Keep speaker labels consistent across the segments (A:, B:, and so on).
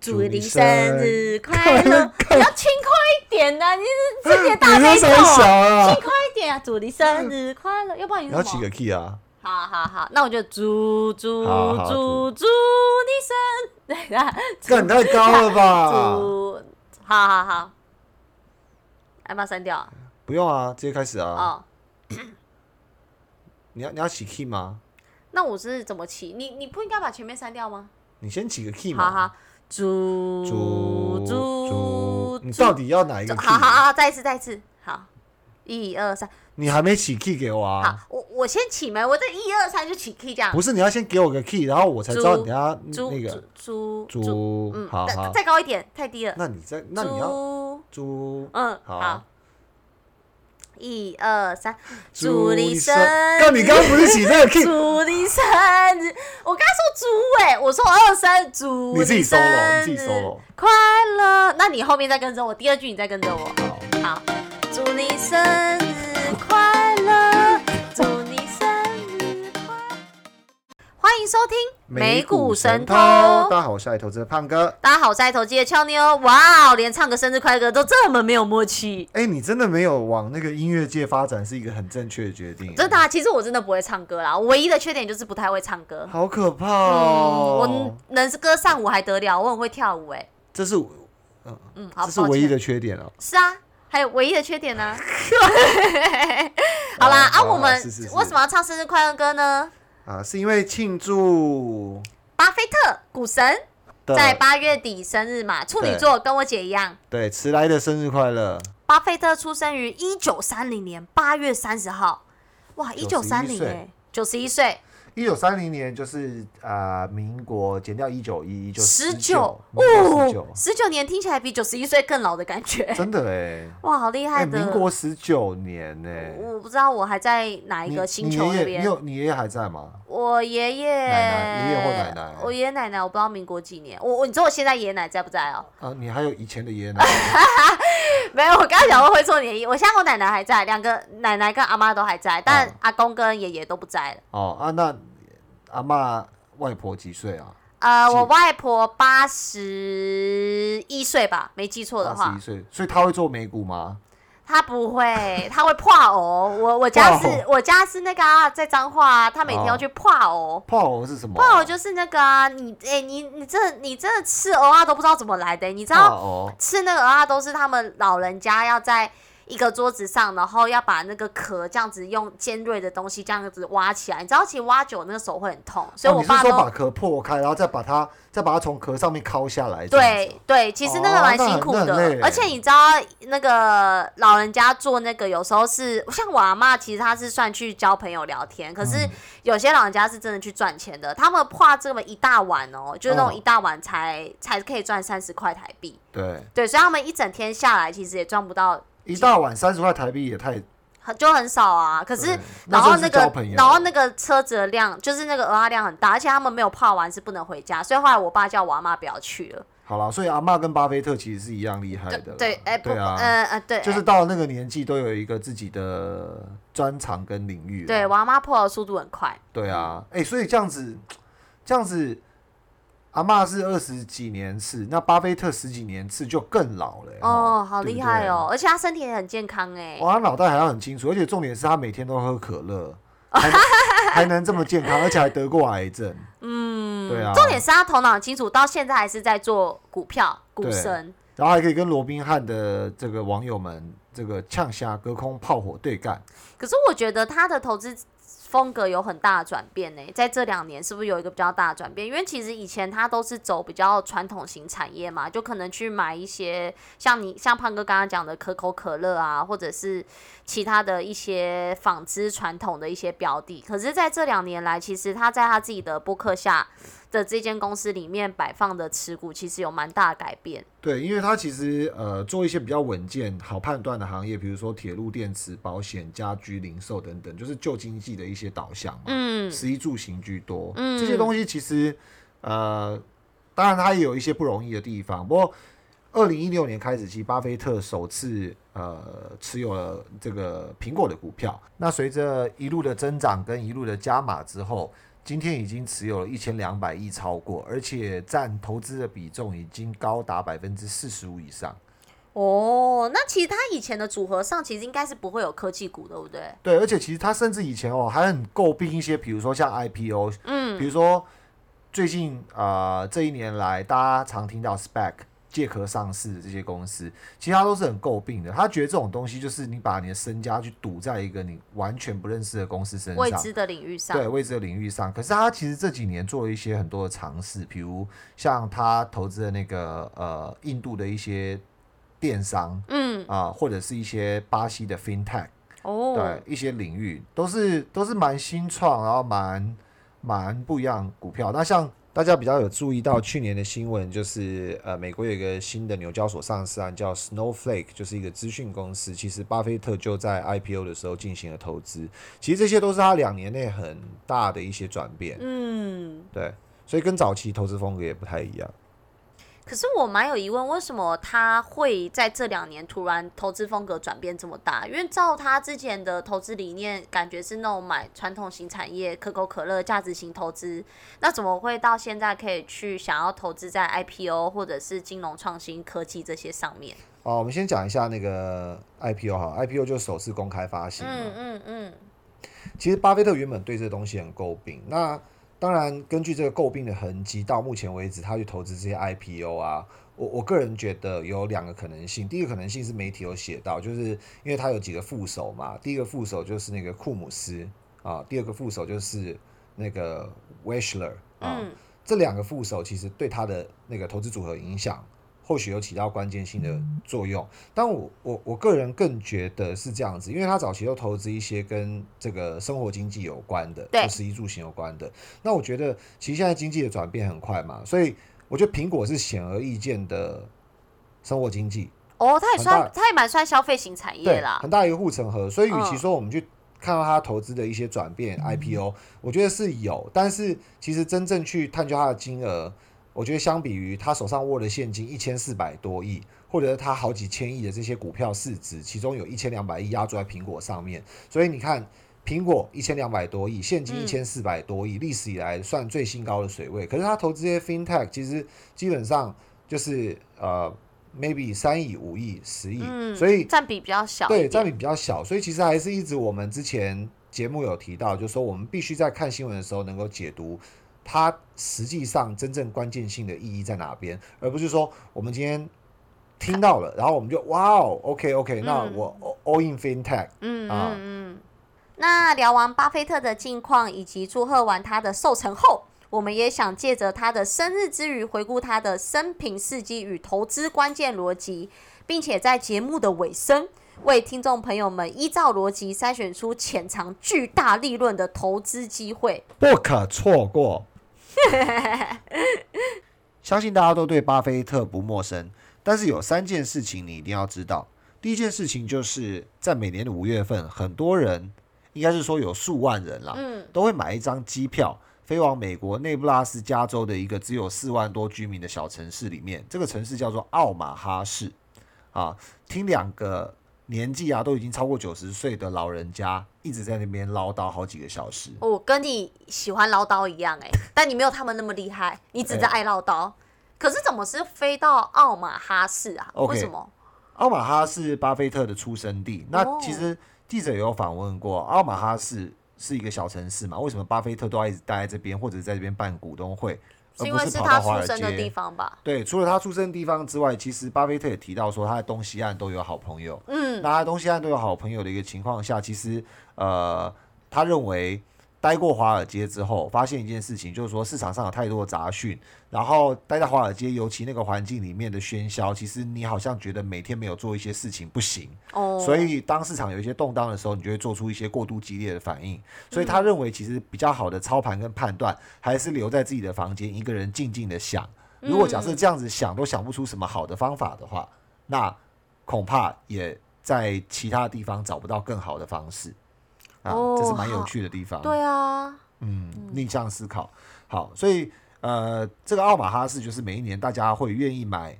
A: 祝你生日快乐！你要轻快一点啊的，你是这些大
B: 你
A: 悲
B: 是
A: 咒
B: 谁小
A: 啊，轻
B: 啊？
A: 快一点啊！祝你生日快乐，要不然你
B: 你
A: 是
B: 要
A: 什
B: 起
A: 么
B: 个 key 啊？
A: 好好好，那我就祝祝
B: 好好
A: 祝祝你生，对啊，
B: 干啊你太高 了吧？
A: 祝，好好好，哎把它删掉啊
B: 不用啊，直接开始啊！
A: 哦。
B: 你要你要起 key 吗？
A: 那我是怎么起？你你不应该把前面删掉吗？
B: 你先起个 key
A: 好
B: 嘛。
A: 好，祝
B: 猪
A: 祝
B: 猪，你到底要哪一
A: 祝
B: 个
A: 好
B: key？
A: 好好，再一次再一次，好，一二三，
B: 你还没起 key 给我啊？
A: 好，我我先起没，我这一二三就起 key 这样
B: 不。是，你要先给我个 key，然后我才知道你要
A: 猪
B: 那个
A: 猪猪，
B: 猪。
A: 嗯，
B: 好
A: 再
B: 好，
A: 再高一点，太低了。
B: 那你再那你要
A: 猪，
B: 猪。
A: 嗯，
B: 好
A: 好。一二三，
B: 祝
A: 祝
B: 你
A: 你
B: 生
A: 生！
B: 那你刚刚不是起这个 key？
A: 祝你生日！我刚说猪哎、我说二三祝
B: 你自己 solo，
A: 生
B: 你自己
A: 日
B: solo
A: 快乐。那你后面再跟着我，第二句你再跟着我。
B: 好，
A: 好，祝你生日快乐，祝你生日快乐。欢迎收听美股神偷。
B: 大家好，我是爱投资的胖哥。
A: 大家好，我是爱投机的俏妞。哇哦，连唱个生日快歌都这么没有默契，
B: 哎、你真的没有往那个音乐界发展是一个很正确的决定，欸
A: 真的、啊。其实我真的不会唱歌啦，我唯一的缺点就是不太会唱歌。
B: 好可怕
A: 啊嗯，
B: 哦！
A: 我能歌善舞还得了，我很会跳舞哎、
B: 这是
A: 嗯，好，
B: 这是
A: 抱歉
B: 唯一。的缺点哦。
A: 是啊，还有唯一的缺点呢、啊 好啦，啊，
B: 好好
A: 我们
B: 哦是是是
A: 为什么要唱生日快乐歌呢？
B: 啊，是因为庆祝
A: 巴菲特股神
B: 的
A: 在八月底生日嘛，处女座跟我姐一样。
B: 对迟来的生日快乐，
A: 巴菲特出生于一九三零年八月三十号，哇，一九三
B: 91
A: 零
B: 岁
A: 哎，九十一岁，
B: 一九三零年就是呃，民国减掉一九一，就
A: 十九，
B: 哦
A: 哦，，十九年听起来比九十一岁更老的感觉，
B: 真的哎、
A: 哇，好厉
B: 哎、
A: 害的。
B: 民国十九年呢、
A: 我我不知道我还在哪一
B: 你
A: 个星
B: 你
A: 球
B: 爷
A: 那
B: 爷
A: 边
B: 你。有你爷爷还在吗？
A: 我爷爷、
B: 奶爷爷或奶奶
A: 我爷爷奶奶，我不知道民国几年。我我你知道我现在爷爷奶奶在不在哦？
B: 啊，你还有以前的爷爷奶奶？
A: 没有，我刚刚想问会做年龄。我现在我奶奶还在，两个奶奶跟阿妈都还在，但
B: 哦
A: 阿公跟爷爷都不在了。
B: 哦啊，那阿嬷外婆几岁啊？
A: 呃，
B: 是
A: 我外婆八十一岁吧，没记错的
B: 八十
A: 话
B: 一，岁，所以她会做美股吗？
A: 她不会， 她会破偶。我我家是
B: 破，
A: 我家是那个、啊、在彰化、啊，她每天
B: 哦
A: 要去破偶。
B: 泡藕哦是什么？
A: 泡偶就是那个啊，你哎、你你这你真的吃鹅啊都不知道怎么来的、你知
B: 泡
A: 道
B: 藕
A: 吃那个鹅啊都是他们老人家要在一个桌子上，然后要把那个壳这样子用尖锐的东西这样子挖起来，你知道其实挖久那个手会很痛，所以
B: 哦
A: 我
B: 你是
A: 爸
B: 说
A: 都、
B: 把壳破开，然后再把它再把它从壳上面敲下来？这样子
A: 对对，其实那个
B: 哦
A: 蛮
B: 那
A: 辛
B: 很
A: 苦
B: 那很
A: 的，
B: 累
A: 而且你知道那个老人家做那个有时候是像我阿妈，其实她是算去交朋友聊天，可
B: 嗯
A: 是有些老人家是真的去赚钱的，他们画这么一大碗哦，就是那种
B: 嗯
A: 一大碗才、才可以赚三十块台币，
B: 对，
A: 对，所以他们一整天下来其实也赚不到。
B: 一大碗三十块台币也太，
A: 很就很少啊，可是
B: 对那
A: 然后
B: 真
A: 那
B: 的是交
A: 个
B: 朋友
A: 然后那个车子的量就是那个鹅啊量很大，而且他们没有泡完是不能回家，所以后来我爸叫我阿妈不要去了。
B: 好啦，所以阿嬷跟巴菲特其实是一样厉害的啦。
A: 对，哎、不，
B: 对啊，
A: 呃呃，对，
B: 就
A: 哎
B: 是到那个年纪都有一个自己的专长跟领域。
A: 对，我阿妈破的速度很快，
B: 对啊，哎、所以这样子，这样子，阿嬷是二十几年次，那巴菲特十几年次就更老了、
A: 哦，
B: 齁
A: 好厉害哦，！而且他身体也很健康哎
B: 对不对，哇，他脑袋还要很清楚，而且重点是他每天都喝可乐，还能还能这么健康，而且还得过癌症。嗯，对啊，
A: 重点是他头脑很清楚，到现在还是在做股票股
B: 对
A: 神，
B: 然后还可以跟罗宾汉的这个网友们这个呛虾隔空炮火对干。
A: 可是我觉得他的投资风格有很大的转变呢、在这两年是不是有一个比较大的转变？因为其实以前他都是走比较传统型产业嘛，就可能去买一些像你像胖哥刚刚讲的可口可乐啊，或者是其他的一些纺织传统的一些标的。可是在这两年来，其实他在他自己的播客下的这间公司里面摆放的持股，其实有蛮大的改变。
B: 对，因为它其实呃做一些比较稳健、好判断的行业，比如说铁路、电池、保险、家居、零售等等，就是旧经济的一些导向嘛，
A: 嗯，
B: 食衣住行居多。
A: 嗯
B: 这些东西其实呃，当然它也有一些不容易的地方，不过。二零一六年开始，其实巴菲特首次呃持有了这个苹果的股票。那随着一路的增长跟一路的加码之后，今天已经持有了一千两百亿超过，而且占投资的比重已经高达百分之四十五以上。
A: 哦，那其实他以前的组合上其实应该是不会有科技股，对不对？
B: 对，而且其实他甚至以前哦还很诟病一些，比如说像 IPO，嗯，比如说最近啊、呃这一年来大家常听到 SPAC 借壳上市的这些公司，其实他都是很诟病的。他觉得这种东西就是你把你的身家去赌在一个你完全不认识的公司身
A: 未
B: 上。
A: 知的领域上，
B: 对未知的领域上，可是他其实这几年做了一些很多的尝试，比如像他投资的那个呃印度的一些电商
A: 嗯，
B: 啊、或者是一些巴西的 FinTech，
A: 哦
B: 对，一些领域都是都是蛮新创，然后蛮蛮不一样股票。那像大家比较有注意到去年的新闻，就是呃，美国有一个新的纽交所上市案叫 Snowflake，就是一个资讯公司。其实巴菲特就在 IPO 的时候进行了投资，其实这些都是他两年内很大的一些转变，
A: 嗯。
B: 对，所以跟早期投资风格也不太一样。
A: 可是我蛮有疑问，为什么他会在这两年突然投资风格转变这么大？因为照他之前的投资理念，感觉是那种买传统型产业、可口可乐、价值型投资，那怎么会到现在可以去想要投资在 IPO 或者是金融创新、科技这些上面？
B: 哦，我们先讲一下那个 IPO 哈，IPO 就首次公开发行嘛，
A: 嗯嗯嗯，
B: 其实巴菲特原本对这东西很诟病，那当然根据这个诟病的痕迹，到目前为止他去投资这些 IPO 啊，我我个人觉得有两个可能性，第一个可能性是媒体有写到，就是因为他有几个副手嘛，第一个副手就是那个库姆斯啊，第二个副手就是那个 Wechsler 啊，
A: 嗯
B: 这两个副手其实对他的那个投资组合影响，或许有起到关键性的作用。但我我我个人更觉得是这样子，因为他早期又投资一些跟这个生活经济有关的，
A: 对
B: 就食衣住行有关的。那我觉得其实现在经济的转变很快嘛，所以我觉得苹果是显而易见的生活经济，
A: 哦，他也
B: 很
A: 算
B: 大，
A: 他也蛮算消费型产业
B: 对
A: 啦，
B: 很大一个护城河。所以，与其
A: 嗯
B: 说我们去看到它投资的一些转变 IPO，、我觉得是有，但是其实真正去探究它的金额，我觉得相比于他手上握的现金一千四百多亿，或者是他好几千亿的这些股票市值，其中有一千两百亿压注在苹果上面，所以你看。苹果一千两百多亿，现金一
A: 嗯
B: 千四百多亿，历史以来算最新高的水位。可是他投资这些 FinTech，其实基本上就是呃，maybe 三亿、五亿、十亿，
A: 嗯，
B: 所以
A: 占比比较小一
B: 对，
A: 点，
B: 占比比较小，所以其实还是一直我们之前节目有提到，就是说我们必须在看新闻的时候能够解读它实际上真正关键性的意义在哪边，而不是说我们今天听到了，然后我们就哇哦，OK OK，那
A: 嗯
B: 我 all all in fintech，
A: 嗯
B: 啊
A: 嗯嗯。那聊完巴菲特的近况以及祝贺完他的寿辰后，我们也想借着他的生日之余，回顾他的生平事迹与投资关键逻辑，并且在节目的尾声，为听众朋友们依照逻辑筛选出潜藏巨大利润的投资机会。
B: 不可错过。 相信大家都对巴菲特不陌生，但是有三件事情你一定要知道。第一件事情就是在每年的五月份，很多人应该是说有数万人啦，
A: 嗯，
B: 都会买一张机票飞往美国内布拉斯加州的一个只有四万多居民的小城市里面，这个城市叫做奥马哈市。啊，听两个年纪啊都已经超过九十岁的老人家一直在那边唠叨好几个小时，
A: 我、哦跟你喜欢唠叨一样哎、 但你没有他们那么厉害，你只是
B: 哎
A: 爱唠叨。可是怎么是飞到奥马哈市啊
B: OK
A: 为什么？
B: 奥马哈是巴菲特的出生地。
A: 哦
B: 那其实记者也有访问过，奥马哈是是一个小城市嘛？为什么巴菲特都要一直待在这边，或者在这边办股东会，而
A: 是因
B: 不
A: 为
B: 是
A: 呃是
B: 跑
A: 他
B: 到华
A: 出
B: 尔
A: 生的地
B: 街？
A: 方吧？
B: 对，除了他出生地方之外，其实巴菲特也提到说，他在东西岸都有好朋友。
A: 嗯，
B: 那他东西岸都有好朋友的一个情况下，其实呃，他认为待过华尔街之后，发现一件事情，就是说市场上有太多的杂讯，然后待在华尔街，尤其那个环境里面的喧嚣，其实你好像觉得每天没有做一些事情不行，
A: 哦，
B: 所以当市场有一些动荡的时候，你就会做出一些过度激烈的反应。所以他认为，其实比较好的操盘跟判断，还是留在自己的房间，一个人静静的想。
A: 嗯
B: 如果假设这样子想都想不出什么好的方法的话，那恐怕也在其他地方找不到更好的方式。啊，这是
A: 哦
B: 蛮有
A: 好
B: 趣的地方。
A: 对啊，
B: 嗯，逆向思考。好，所以呃，这个奥马哈市就是每一年大家会愿意买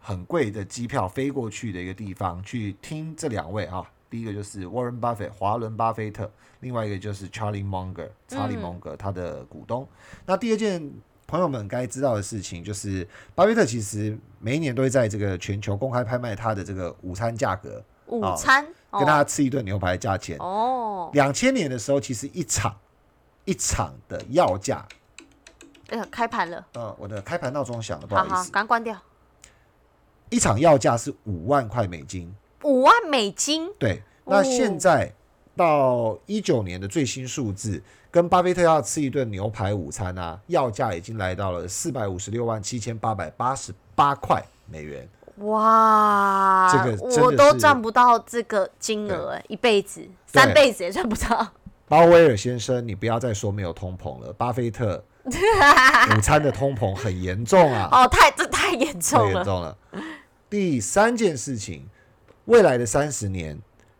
B: 很贵的机票飞过去的一个地方，去听这两位啊，第一个就是 Warren Buffett 华伦巴菲特，另外一个就是 Charlie Munger 查理蒙格、他的股东。那第二件朋友们该知道的事情就是，巴菲特其实每一年都会在这个全球公开拍卖他的这个午餐价格，
A: 午餐
B: 哦跟大家吃一顿牛排的价钱。
A: 哦，
B: 两千年的时候，其实一场一场的要价，
A: 哎呀，开盘了，
B: 呃，我的开盘闹钟响了，不
A: 好
B: 好意
A: 好，
B: 思，
A: 赶快关掉。
B: 一场要价是五万块美金，
A: 五万美金，
B: 对，那
A: 哦
B: 现在到一九年的最新数字，跟巴菲特要吃一顿牛排午餐啊，要价已经来到了四百五十六万七千八百八十八块美元。
A: 哇！
B: 这个真的
A: 我都
B: 是
A: 赚不到这个金额，哎一辈子三辈子也赚不
B: 啊
A: 到。
B: 鲍威尔先生，你不要再说没有通膨了，巴菲特午餐的通膨很严重啊，
A: 哦，太这太严
B: 太
A: 重
B: 严
A: 了。
B: 重了。第三件事情，未来的三十年，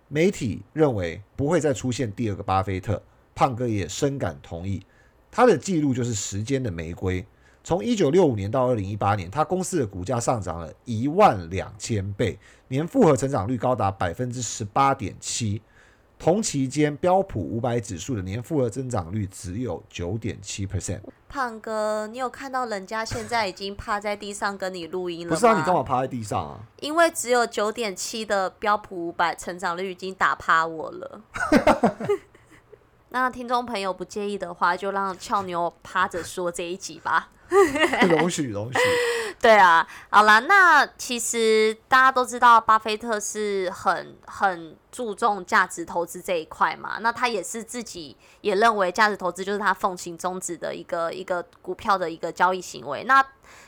B: 媒体认为不会再出现第二个巴菲特，胖哥也深感同意。他的记录就是时间的玫瑰，从一九六五年到二零一八年，他公司的股价上涨了一万两千倍，年复合成长率高达百分之十八点七。同期间，标普五百指数的年复合增长率只有九点七 percent。
A: 胖哥，你有看到人家现在已经趴在地上跟你录音了
B: 不
A: 吗？
B: 是啊，你干嘛趴在地上 啊？
A: 因为只有九点七的标普五百成长率已经打趴我 了。 那听众朋友不介意的话，就让俏妞趴着说这一集吧。
B: 容许，容许。
A: 对啊，好啦，那其实大家都知道，巴菲特是很很注重价值投资这一块嘛。那他也是自己也认为价值投资就是他奉行宗旨的一个一个股票的一个交易行为。那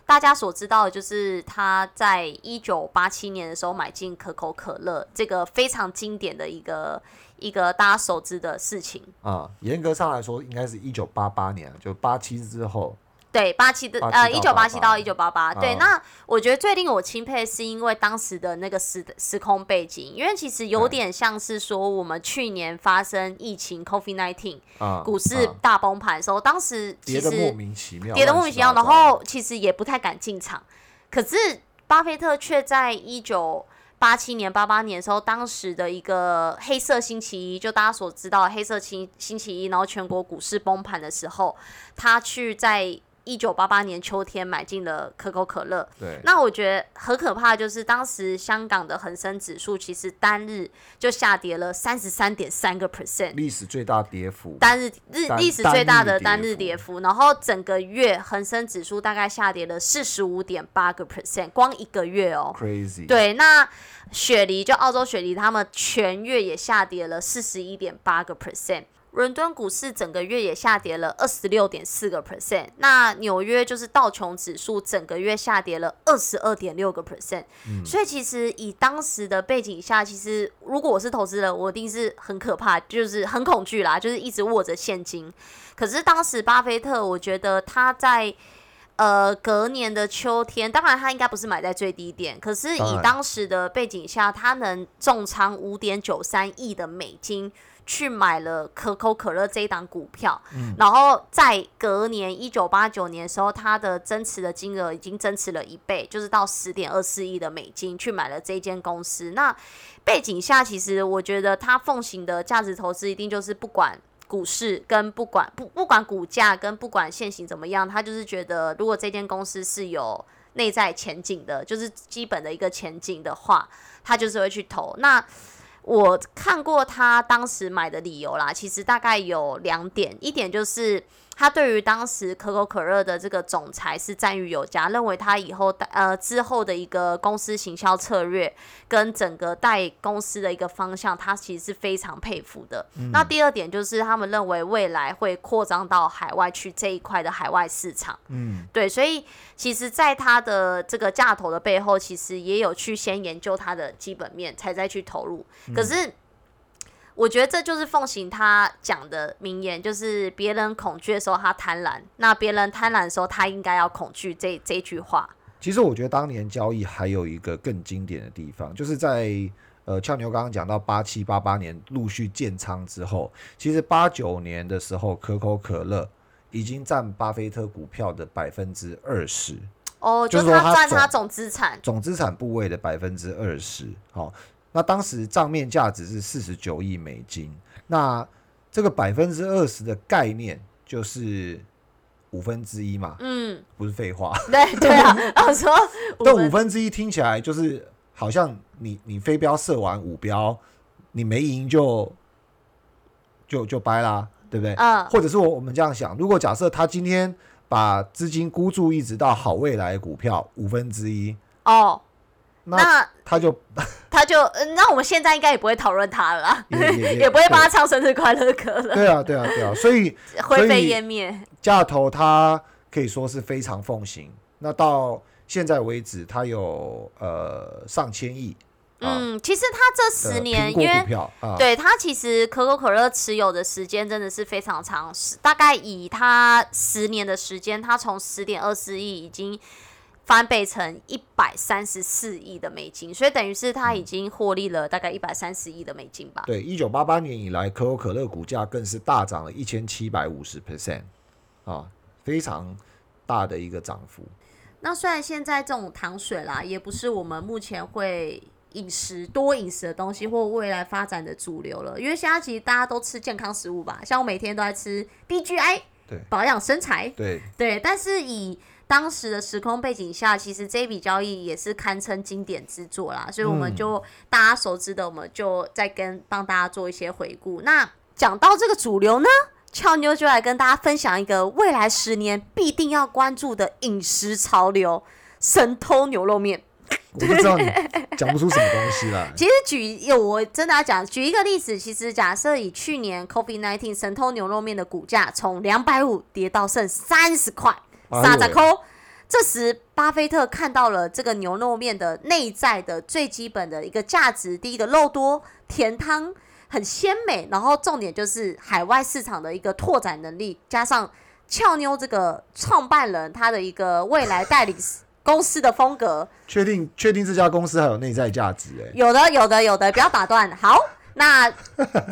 A: 大家所知道的就是他在一九八七年的时候买进可口可乐，这个非常经典的一个一个大家熟知的事情。
B: 啊、严格上来说，应该是一九八八年，啊就八七之后，
A: 对，八七的
B: 87
A: 呃一九
B: 到
A: 八七到
B: 88
A: 一九八八，对，
B: 哦
A: 那我觉得最令我钦佩是因为当时的那个时时空背景，因为其实有
B: 对
A: 点像是说我们去年发生疫情 COVID nineteen
B: 啊、
A: 股市
B: 啊
A: 大崩盘的时候，当时其
B: 跌得莫
A: 实
B: 名其妙，
A: 跌得莫名其妙，然
B: 乱七八糟
A: 后其实也不太敢进场，可是巴菲特却在一九。八七年、八八年的时候，当时的一个黑色星期一，就大家所知道的黑色星星期一，然后全国股市崩盘的时候，他去在一九八八年秋天买进了可口可乐。
B: 对，
A: 那我觉得很可怕，就是当时香港的恒生指数其实单日就下跌了三十三点三个 percent，
B: 历史最大跌幅，
A: 单日日
B: 单
A: 历史最大的
B: 单
A: 单
B: 日
A: 日
B: 跌
A: 跌幅，然后整个月恒生指数大概下跌了四十五点八个 percent，光一个月哦。
B: crazy，，
A: 对，那雪梨就澳洲雪梨，他们全月也下跌了四十一点八个 percent。伦敦股市整个月也下跌了二十六点四个 percent，那纽约就是道琼指数整个月下跌了二十二点六个 percent，所以其实以当时的背景下，其实如果我是投资人，我一定是很可怕，就是很恐惧啦，就是一直握着现金。可是当时巴菲特，我觉得他在呃隔年的秋天，当然他应该不是买在最低点，可是
B: 当
A: 以
B: 然
A: 当时的背景下，他能重仓五点九三亿的美金。去买了可口可乐这一档股票，
B: 嗯
A: 然后在隔年一九八九年的时候，它的增持的金额已经增持了一倍，就是到十点二四亿的美金去买了这间公司。那背景下，其实我觉得它奉行的价值投资一定就是不管。股市跟不管不不管股价跟不管现行怎么样，他就是觉得如果这间公司是有内在前景的，就是基本的一个前景的话，他就是会去投。那我看过他当时买的理由啦，其实大概有两点，一点就是他对于当时可口可乐的这个总裁是赞誉有加，认为他以后带呃之后的一个公司行销策略跟整个带公司的一个方向，他其实是非常佩服的。
B: 嗯
A: 那第二点就是他们认为未来会扩张到海外去这一块的海外市场。
B: 嗯，
A: 对，所以其实，在他的这个架头的背后，其实也有去先研究他的基本面，才再去投入。
B: 嗯
A: 可是，我觉得这就是奉行他讲的名言，就是别人恐惧的时候他贪婪，那别人贪婪的时候他应该要恐惧这这句话。
B: 其实我觉得当年交易还有一个更经典的地方，就是在呃，俏牛刚刚讲到八七八八年陆续建仓之后，其实八九年的时候，可口可乐已经占巴菲特股票的百分之二十，
A: 哦，
B: 就是
A: 是
B: 说
A: 他
B: 他
A: 占
B: 总
A: 他总资产，
B: 总资产部位的百分之二十。好，那当时账面价值是四十九亿美金，那这个百分之二十的概念就是五分之一嘛，
A: 嗯，
B: 不是废话。
A: 对对 啊，然后说五
B: 但
A: 分
B: 五分之一听起来就是好像你你飞镖射完五标，你没赢就就就掰啦，对不对？
A: 嗯
B: 或者是我我们这样想，如果假设他今天把资金孤注一掷到好未来的股票五分之一，
A: 哦，
B: 那
A: 那
B: 他就
A: 他就嗯那我们现在应该也不会讨论他了啦，
B: 也也
A: 也不会帮他唱生日快乐歌了，
B: 对啊对啊对啊，所以
A: 灰
B: 所
A: 飞
B: 以
A: 烟灭。
B: 架头他可以说是非常奉行。那到现在为止，他有呃上千亿啊
A: 嗯，其实他这
B: 的
A: 十
B: 苹
A: 年，
B: 果
A: 因为
B: 股票啊，
A: 对它其实可口可乐持有的时间真的是非常长，是大概以它十年的时间，它从十点二四亿已经翻倍成一百三十四亿的美金，所以等于是它已经获利了大概一百三十亿的美金吧。
B: 对，一九八八年以来，可口可乐股价更是大涨了一千七百五十 percent 啊，非常大的一个涨幅。
A: 那虽然现在这种糖水啦，也不是我们目前会饮食多饮食的东西，或未来发展的主流了，因为现在其实大家都吃健康食物吧，像我每天都在吃 BGI
B: 对
A: 保养身材，
B: 对，
A: 对，但是以当时的时空背景下，其实这一笔交易也是堪称经典之作啦，所以我们
B: 嗯
A: 就、大家熟知的，我们就再跟帮大家做一些回顾。那讲到这个主流呢，俏妞就来跟大家分享一个未来十年必定要关注的饮食潮流——神偷牛肉面。
B: 我不知道你讲不出什么东西来。
A: 其实举有我真的要讲，举一个例子，其实假设以去年 COVID nineteen 神偷牛肉面的股价从两百五跌到剩三十块，
B: 哎呦
A: 傻子抠。这时，巴菲特看到了这个牛肉面的内在的最基本的一个价值，第一个肉多、甜汤很鲜美，然后重点就是海外市场的一个拓展能力，加上俏妞这个创办人他的一个未来代理公司的风格，
B: 确定确定这家公司还有内在价值哎、
A: 有的，有的，有的，不要打断。好，那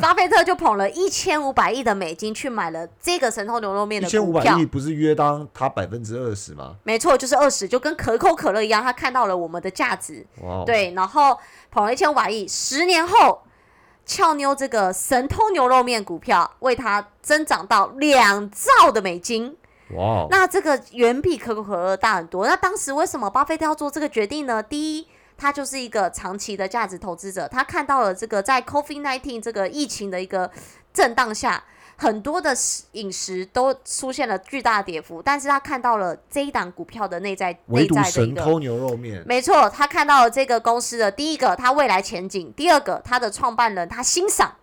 A: 巴菲特就捧了一千五百亿的美金去买了这个神偷牛肉面
B: 一
A: 的
B: 千
A: 股
B: 五百
A: 票
B: 亿。不是约当他百分之二十吗？
A: 没错，就是二十，就跟可口可乐一样，他看到了我们的价值，
B: 哇、哦，
A: 对，然后捧了一千五百亿。十年后，俏妞这个神偷牛肉面股票为他增长到两兆的美金，
B: 哇哦，
A: 那这个远比可口可乐大很多。那当时为什么巴菲特要做这个决定呢？第一，他就是一个长期的价值投资者，他看到了这个在 COVID nineteen 这个疫情的一个震荡下，很多的食饮食都出现了巨大的跌幅，但是他看到了这一档股票的内在
B: 唯
A: 内
B: 独
A: 在的一
B: 神
A: 个
B: 偷牛肉面，
A: 没错，他看到了这个公司的第一个，他未来前景；第二个，他的创办人他欣赏，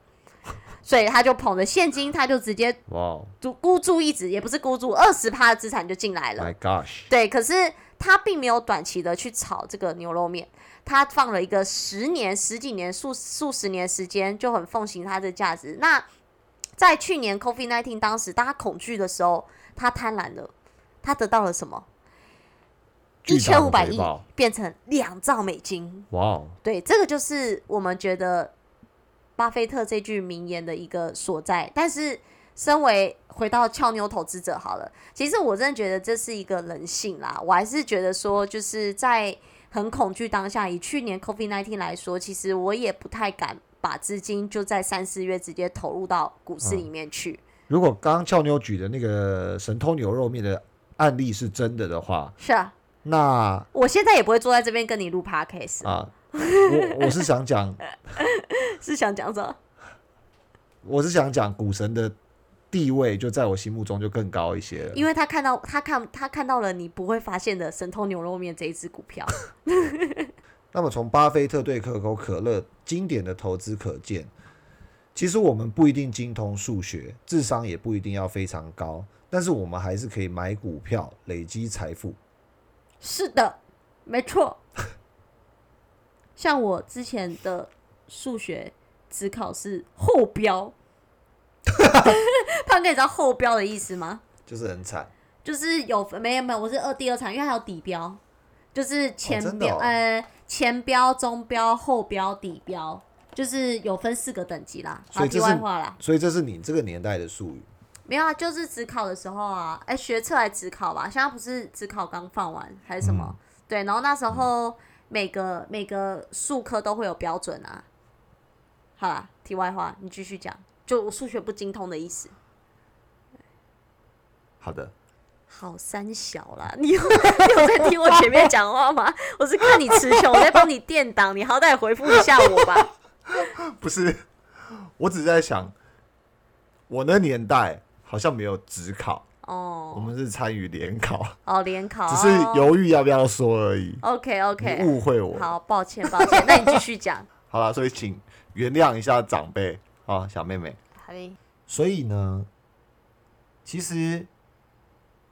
A: 所以他就捧着现金，他就直接
B: 哇、哦
A: 就孤注一掷，也不是孤注，二十趴的资产就进来了。
B: ，My gosh，
A: 对，可是他并没有短期的去炒这个牛肉面，他放了一个十年、十几年、数数十年时间，就很奉行它的价值。那在去年 COVID nineteen 当时大家恐惧的时候，他贪婪了，他得到了什么？一千
B: 巨大的
A: 五百
B: 回
A: 亿
B: 报
A: 变成两兆美金。
B: 哇哦，
A: 对，这个就是我们觉得巴菲特这句名言的一个所在。但是，身为回到俏妞投资者好了，其实我真的觉得这是一个人性啦。我还是觉得说，就是在很恐惧当下，以去年 COVID nineteen 来说，其实我也不太敢把资金就在三四月直接投入到股市里面去。
B: 如果刚刚俏妞举的那个神偷牛肉面的案例是真的的话，
A: 是啊，
B: 那
A: 我现在也不会坐在这边跟你录 podcast，、
B: 啊，我我是想讲，
A: 是想讲什么？
B: 我是想讲股神的地位就在我心目中就更高一些了。
A: 因为他看到他看他看到了你不会发现的神偷牛肉面这一只股票。
B: 那么从巴菲特对可口可乐经典的投资可见，其实我们不一定精通数学，智商也不一定要非常高，但是我们还是可以买股票累积财富。
A: 是的，没错。像我之前的数学只考是后标， 胖哥，你知道后标的意思吗？
B: 就是很惨，
A: 就是有没有没有，我是二第二场，因为还有底标，就是前
B: 真的
A: 标、
B: 哦
A: 呃前标、中标、后标、底标，就是有分四个等级啦。
B: 所以
A: 题
B: 这是
A: 外话啦，
B: 所以这是你这个年代的术语。
A: 没有啊，就是只考的时候啊，哎、学测还只考吧，现在不是只考刚放完
B: 嗯
A: 还是什么？对，然后那时候每个每个数科都会有标准啊，好啦，题外话，你继续讲，就我数学不精通的意思。
B: 好的，
A: 好三小啦， 你有你有在听我前面讲话吗？我是看你词穷，我在帮你垫档，你好歹回复一下我 吧。
B: 不是，我只是在想，我那年代好像没有职考，我
A: 哦
B: 们是参与联考，
A: 哦，联考
B: 只是犹豫要不要说而已。
A: OK
B: 你
A: OK，
B: 误会我，
A: 好，抱歉抱歉，那你继续讲。
B: 好啦，所以请原谅一下长辈啊，小妹妹。
A: 好嘞
B: 所以呢，其实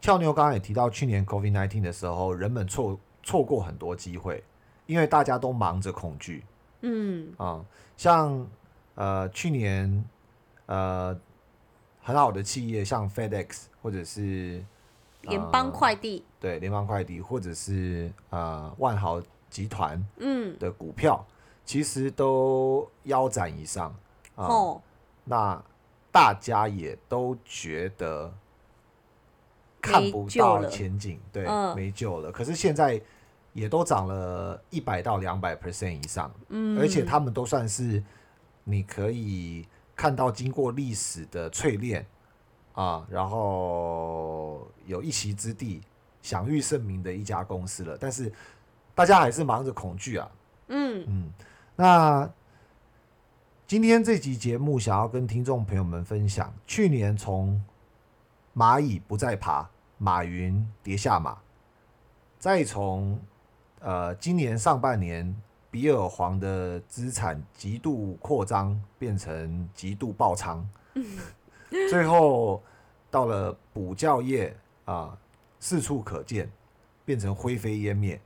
B: 俏妞刚刚也提到，去年 COVID 1 9的时候，人们错错过很多机会，因为大家都忙着恐惧
A: 嗯
B: 啊、像呃去年呃很好的企业，像 FedEx 或者是
A: 联邦快递，
B: 对联邦快递，或者是呃万豪集团
A: 嗯，
B: 的股票，其实都腰斩以上啊。
A: 哦，
B: 那大家也都觉得看
A: 没
B: 不
A: 救
B: 到
A: 了
B: 前景，对，
A: 嗯
B: 没救了。可是现在也都涨了一百到两百 percent 以上，
A: 嗯，
B: 而且他们都算是你可以看到经过历史的淬炼啊，然后有一席之地、享誉盛名的一家公司了。但是大家还是忙着恐惧啊，
A: 嗯
B: 嗯，那今天这集节目想要跟听众朋友们分享，去年从蚂蚁不再爬，马云跌下马，再从呃今年上半年比尔黄的资产极度扩张变成极度爆仓，最后到了补教业啊、四处可见，变成灰飞烟灭。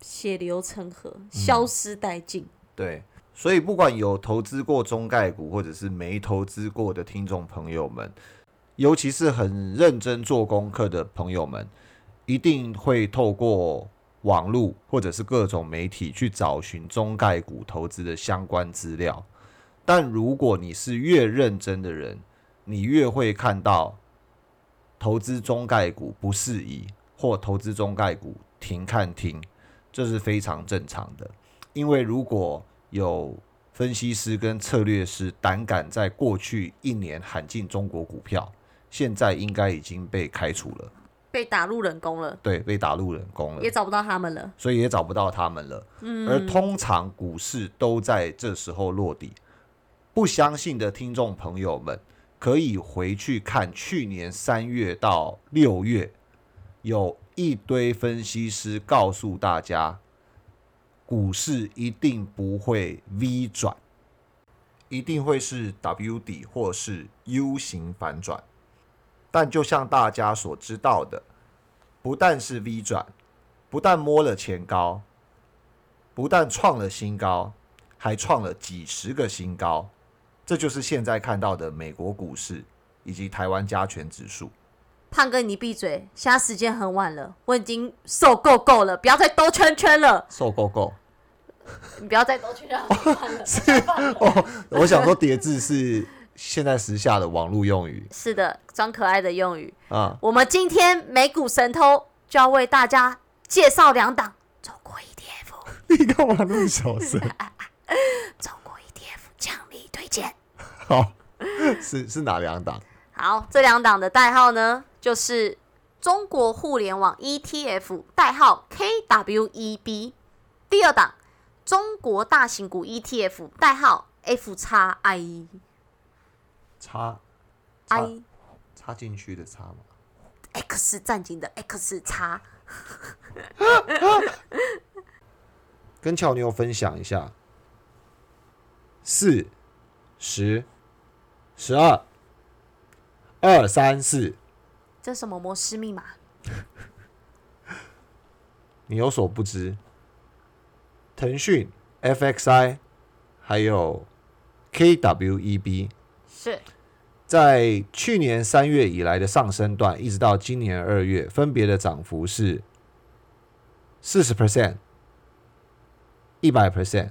A: 血流成河，消失殆尽。
B: 对，所以不管有投资过中概股，或者是没投资过的听众朋友们，尤其是很认真做功课的朋友们，一定会透过网络或者是各种媒体去找寻中概股投资的相关资料。但如果你是越认真的人，你越会看到投资中概股不适宜，或投资中概股停看停，这是非常正常的。因为如果有分析师跟策略师胆敢在过去一年喊进中国股票，现在应该已经被开除了，
A: 被打入冷宫了，
B: 对，被打入冷宫了
A: 也，找不到他们了。
B: 所以也找不到他们了。而通常股市都在这时候落地。不相信的听众朋友们，可以回去看去年三月到六月，有一堆分析师告诉大家，股市一定不会 V 转，一定会是 W 底或是 U 型反转。但就像大家所知道的，不但是 V 转，不但摸了前高，不但创了新高，还创了几十个新高。这就是现在看到的美国股市以及台湾加权指数。
A: 胖哥，你闭嘴！现在时间很晚了，我已经受够够了，不要再兜圈圈了，
B: 受够够
A: 你不要再兜圈圈了。
B: 是哦，我想说叠字是 现在时下的网络用语
A: 是的，装可爱的用语。
B: 啊。
A: 我们今天美股神偷就要为大家介绍两档中国 E ETF，
B: 你干嘛那么小声？
A: 中国 ETF 强力推荐。
B: 好，是是哪两档？
A: 好，这两档的代号呢，就是中国互联网 ETF，代号 KWEB；第二档中国大型股 ETF，代号 F 叉 I
B: 插
A: I
B: 插进去的插吗？
A: X 战警的 X 叉。
B: 跟俏妞分享一下，四、十、十二、二三四，
A: 这是什么摩斯密码？
B: 你有所不知，腾讯 FXI 还有 KWEB
A: 是
B: 在去年三月以来的上升段，一直到今年二月，分别的涨幅是四十 percent、一百 percent、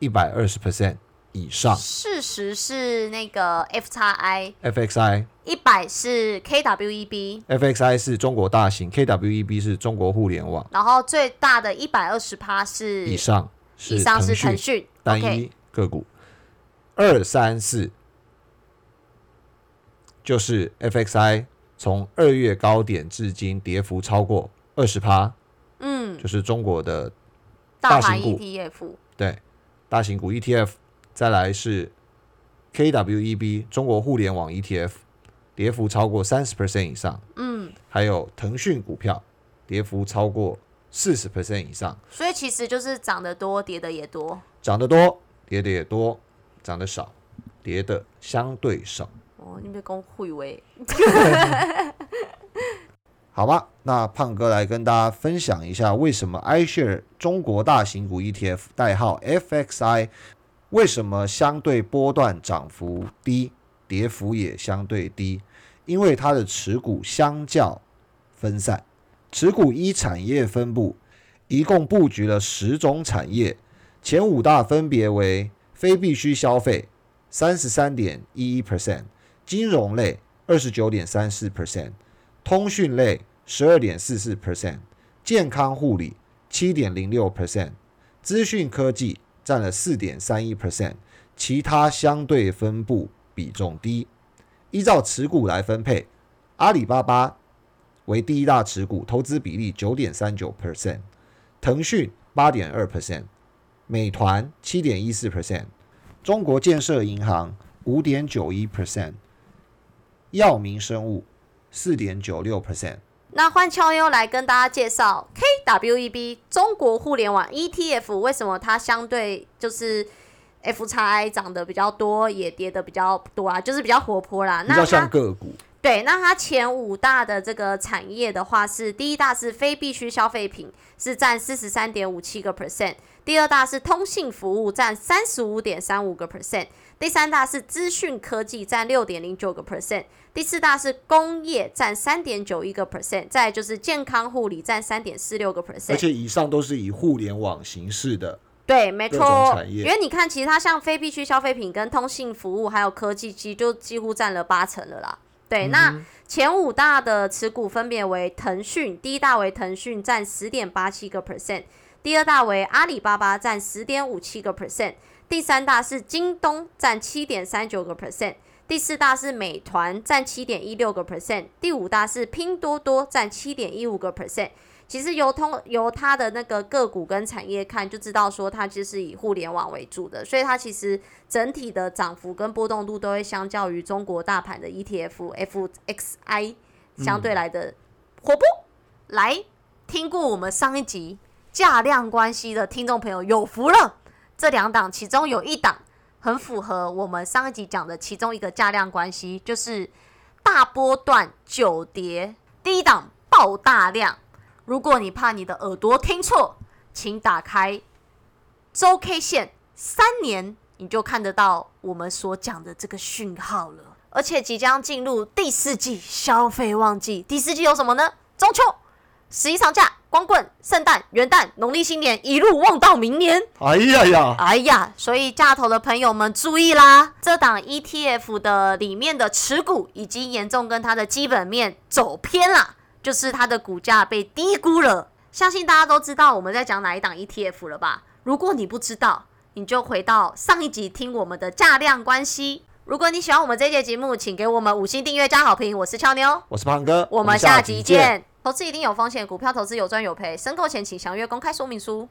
B: 一百二十 percent 以上。
A: 事实是那个 F 叉 I
B: FXI
A: 一百是 E KWEB，
B: FXI 是中国大型，KWEB 是中国互联网，
A: 然后最大的一百二十趴是
B: 以上是
A: 以上是腾
B: 腾讯
A: 讯
B: 单
A: OK
B: 一个股。二三四，就是 FXI 从二月高点至今跌幅超过二十趴，
A: 嗯，
B: 就是中国的
A: 大
B: 大
A: 盘 E
B: 型股
A: ETF，
B: 对大型股 ETF，再来是 KWEB 中国互联网 ETF，跌幅超过三十 percent 以上，
A: 嗯，
B: 还有腾讯股票跌幅超过四十 percent 以上，
A: 所以其实就是涨得多，跌得也多。
B: 涨得多跌的也多，涨得少跌的相对少。
A: 哦，你被公会为
B: 好吧，那胖哥来跟大家分享一下，为什么 iShare 中国大型股 ETF 代号 FXI 为什么相对波段涨幅低，跌幅也相对低？因为它的持股相较分散，持股依产业分布，一共布局了十种产业，前五大分别为非必需消费三十三点一一 percent，金融类二十九点三四 percent。通讯类十二点四四 percent，健康护理七点零六 percent，资讯科技占了四点三一 percent，其他相对分布比重低。依照持股来分配，阿里巴巴为第一大持股，投资比例九点三九 percent，腾讯八点二 percent，美团七点一四 percent，中国建设银行五点九一 percent，药明生物四点九六 percent。
A: 那换秋优来跟大家介绍 KWEB 中国互联网 ETF 为什么它相对就是 F x I 涨得比较多，也跌得比较多啊，就是比较活泼啦。
B: 比
A: 那
B: 较像
A: 它
B: 个股，
A: 对，那它前五大的这个产业的话是第一大是非必需消费品，是占四十三点五七个 percent；第二大是通信服务，占三十五点三五个 percent；第三大是资讯科技，占六点零九个 percent；第四大是工业，占三点九一个 percent；再来就是健康护理，占三点四六个 percent。
B: 而且以上都是以互联网形式的。
A: 对，没
B: 各种
A: 错，
B: 产业
A: 因为你看，其实它像非必需消费品、跟通信服务，还有科技机，就几乎占了八成了啦。
B: 嗯
A: 对，那前五大的持股分别为腾讯，第一大为腾讯，占十点八七个 percent；第二大为阿里巴巴，占十点五七个 percent；第三大是京东，占七点三九个 percent；第四大是美团，占七点一六个 percent；第五大是拼多多，占七点一五个 percent。其实由通由它的那个个股跟产业看，就知道说它就是以互联网为主的，所以它其实整体的涨幅跟波动度都会相较于中国大盘的 E ETF FXI 相对来的活泼。来，听过我们上一集价量关系的听众朋友有福了，这两档其中有一档很符合我们上一集讲的其中一个价量关系，就是大波段九跌，第一档爆大量。如果你怕你的耳朵听错，请打开周 K 线，三年你就看得到我们所讲的这个讯号了。而且即将进入第四季消费旺季，第四季有什么呢？中秋、十一长假、光棍、圣诞、元旦、农历新年，一路旺到明年。
B: 哎呀呀，
A: 哎呀，所以架头的朋友们注意啦，这档 ETF 的里面的持股已经严重跟它的基本面走偏啦，就是它的股价被低估了。相信大家都知道我们在讲哪一档 ETF 了吧？如果你不知道，你就回到上一集听我们的价量关系。如果你喜欢我们这一节节目，请给我们五星订阅加好评。我是俏妞，
B: 我是胖哥，
A: 我们下集见。投资一定有风险，股票投资有赚有赔，申购前请详阅公开说明书。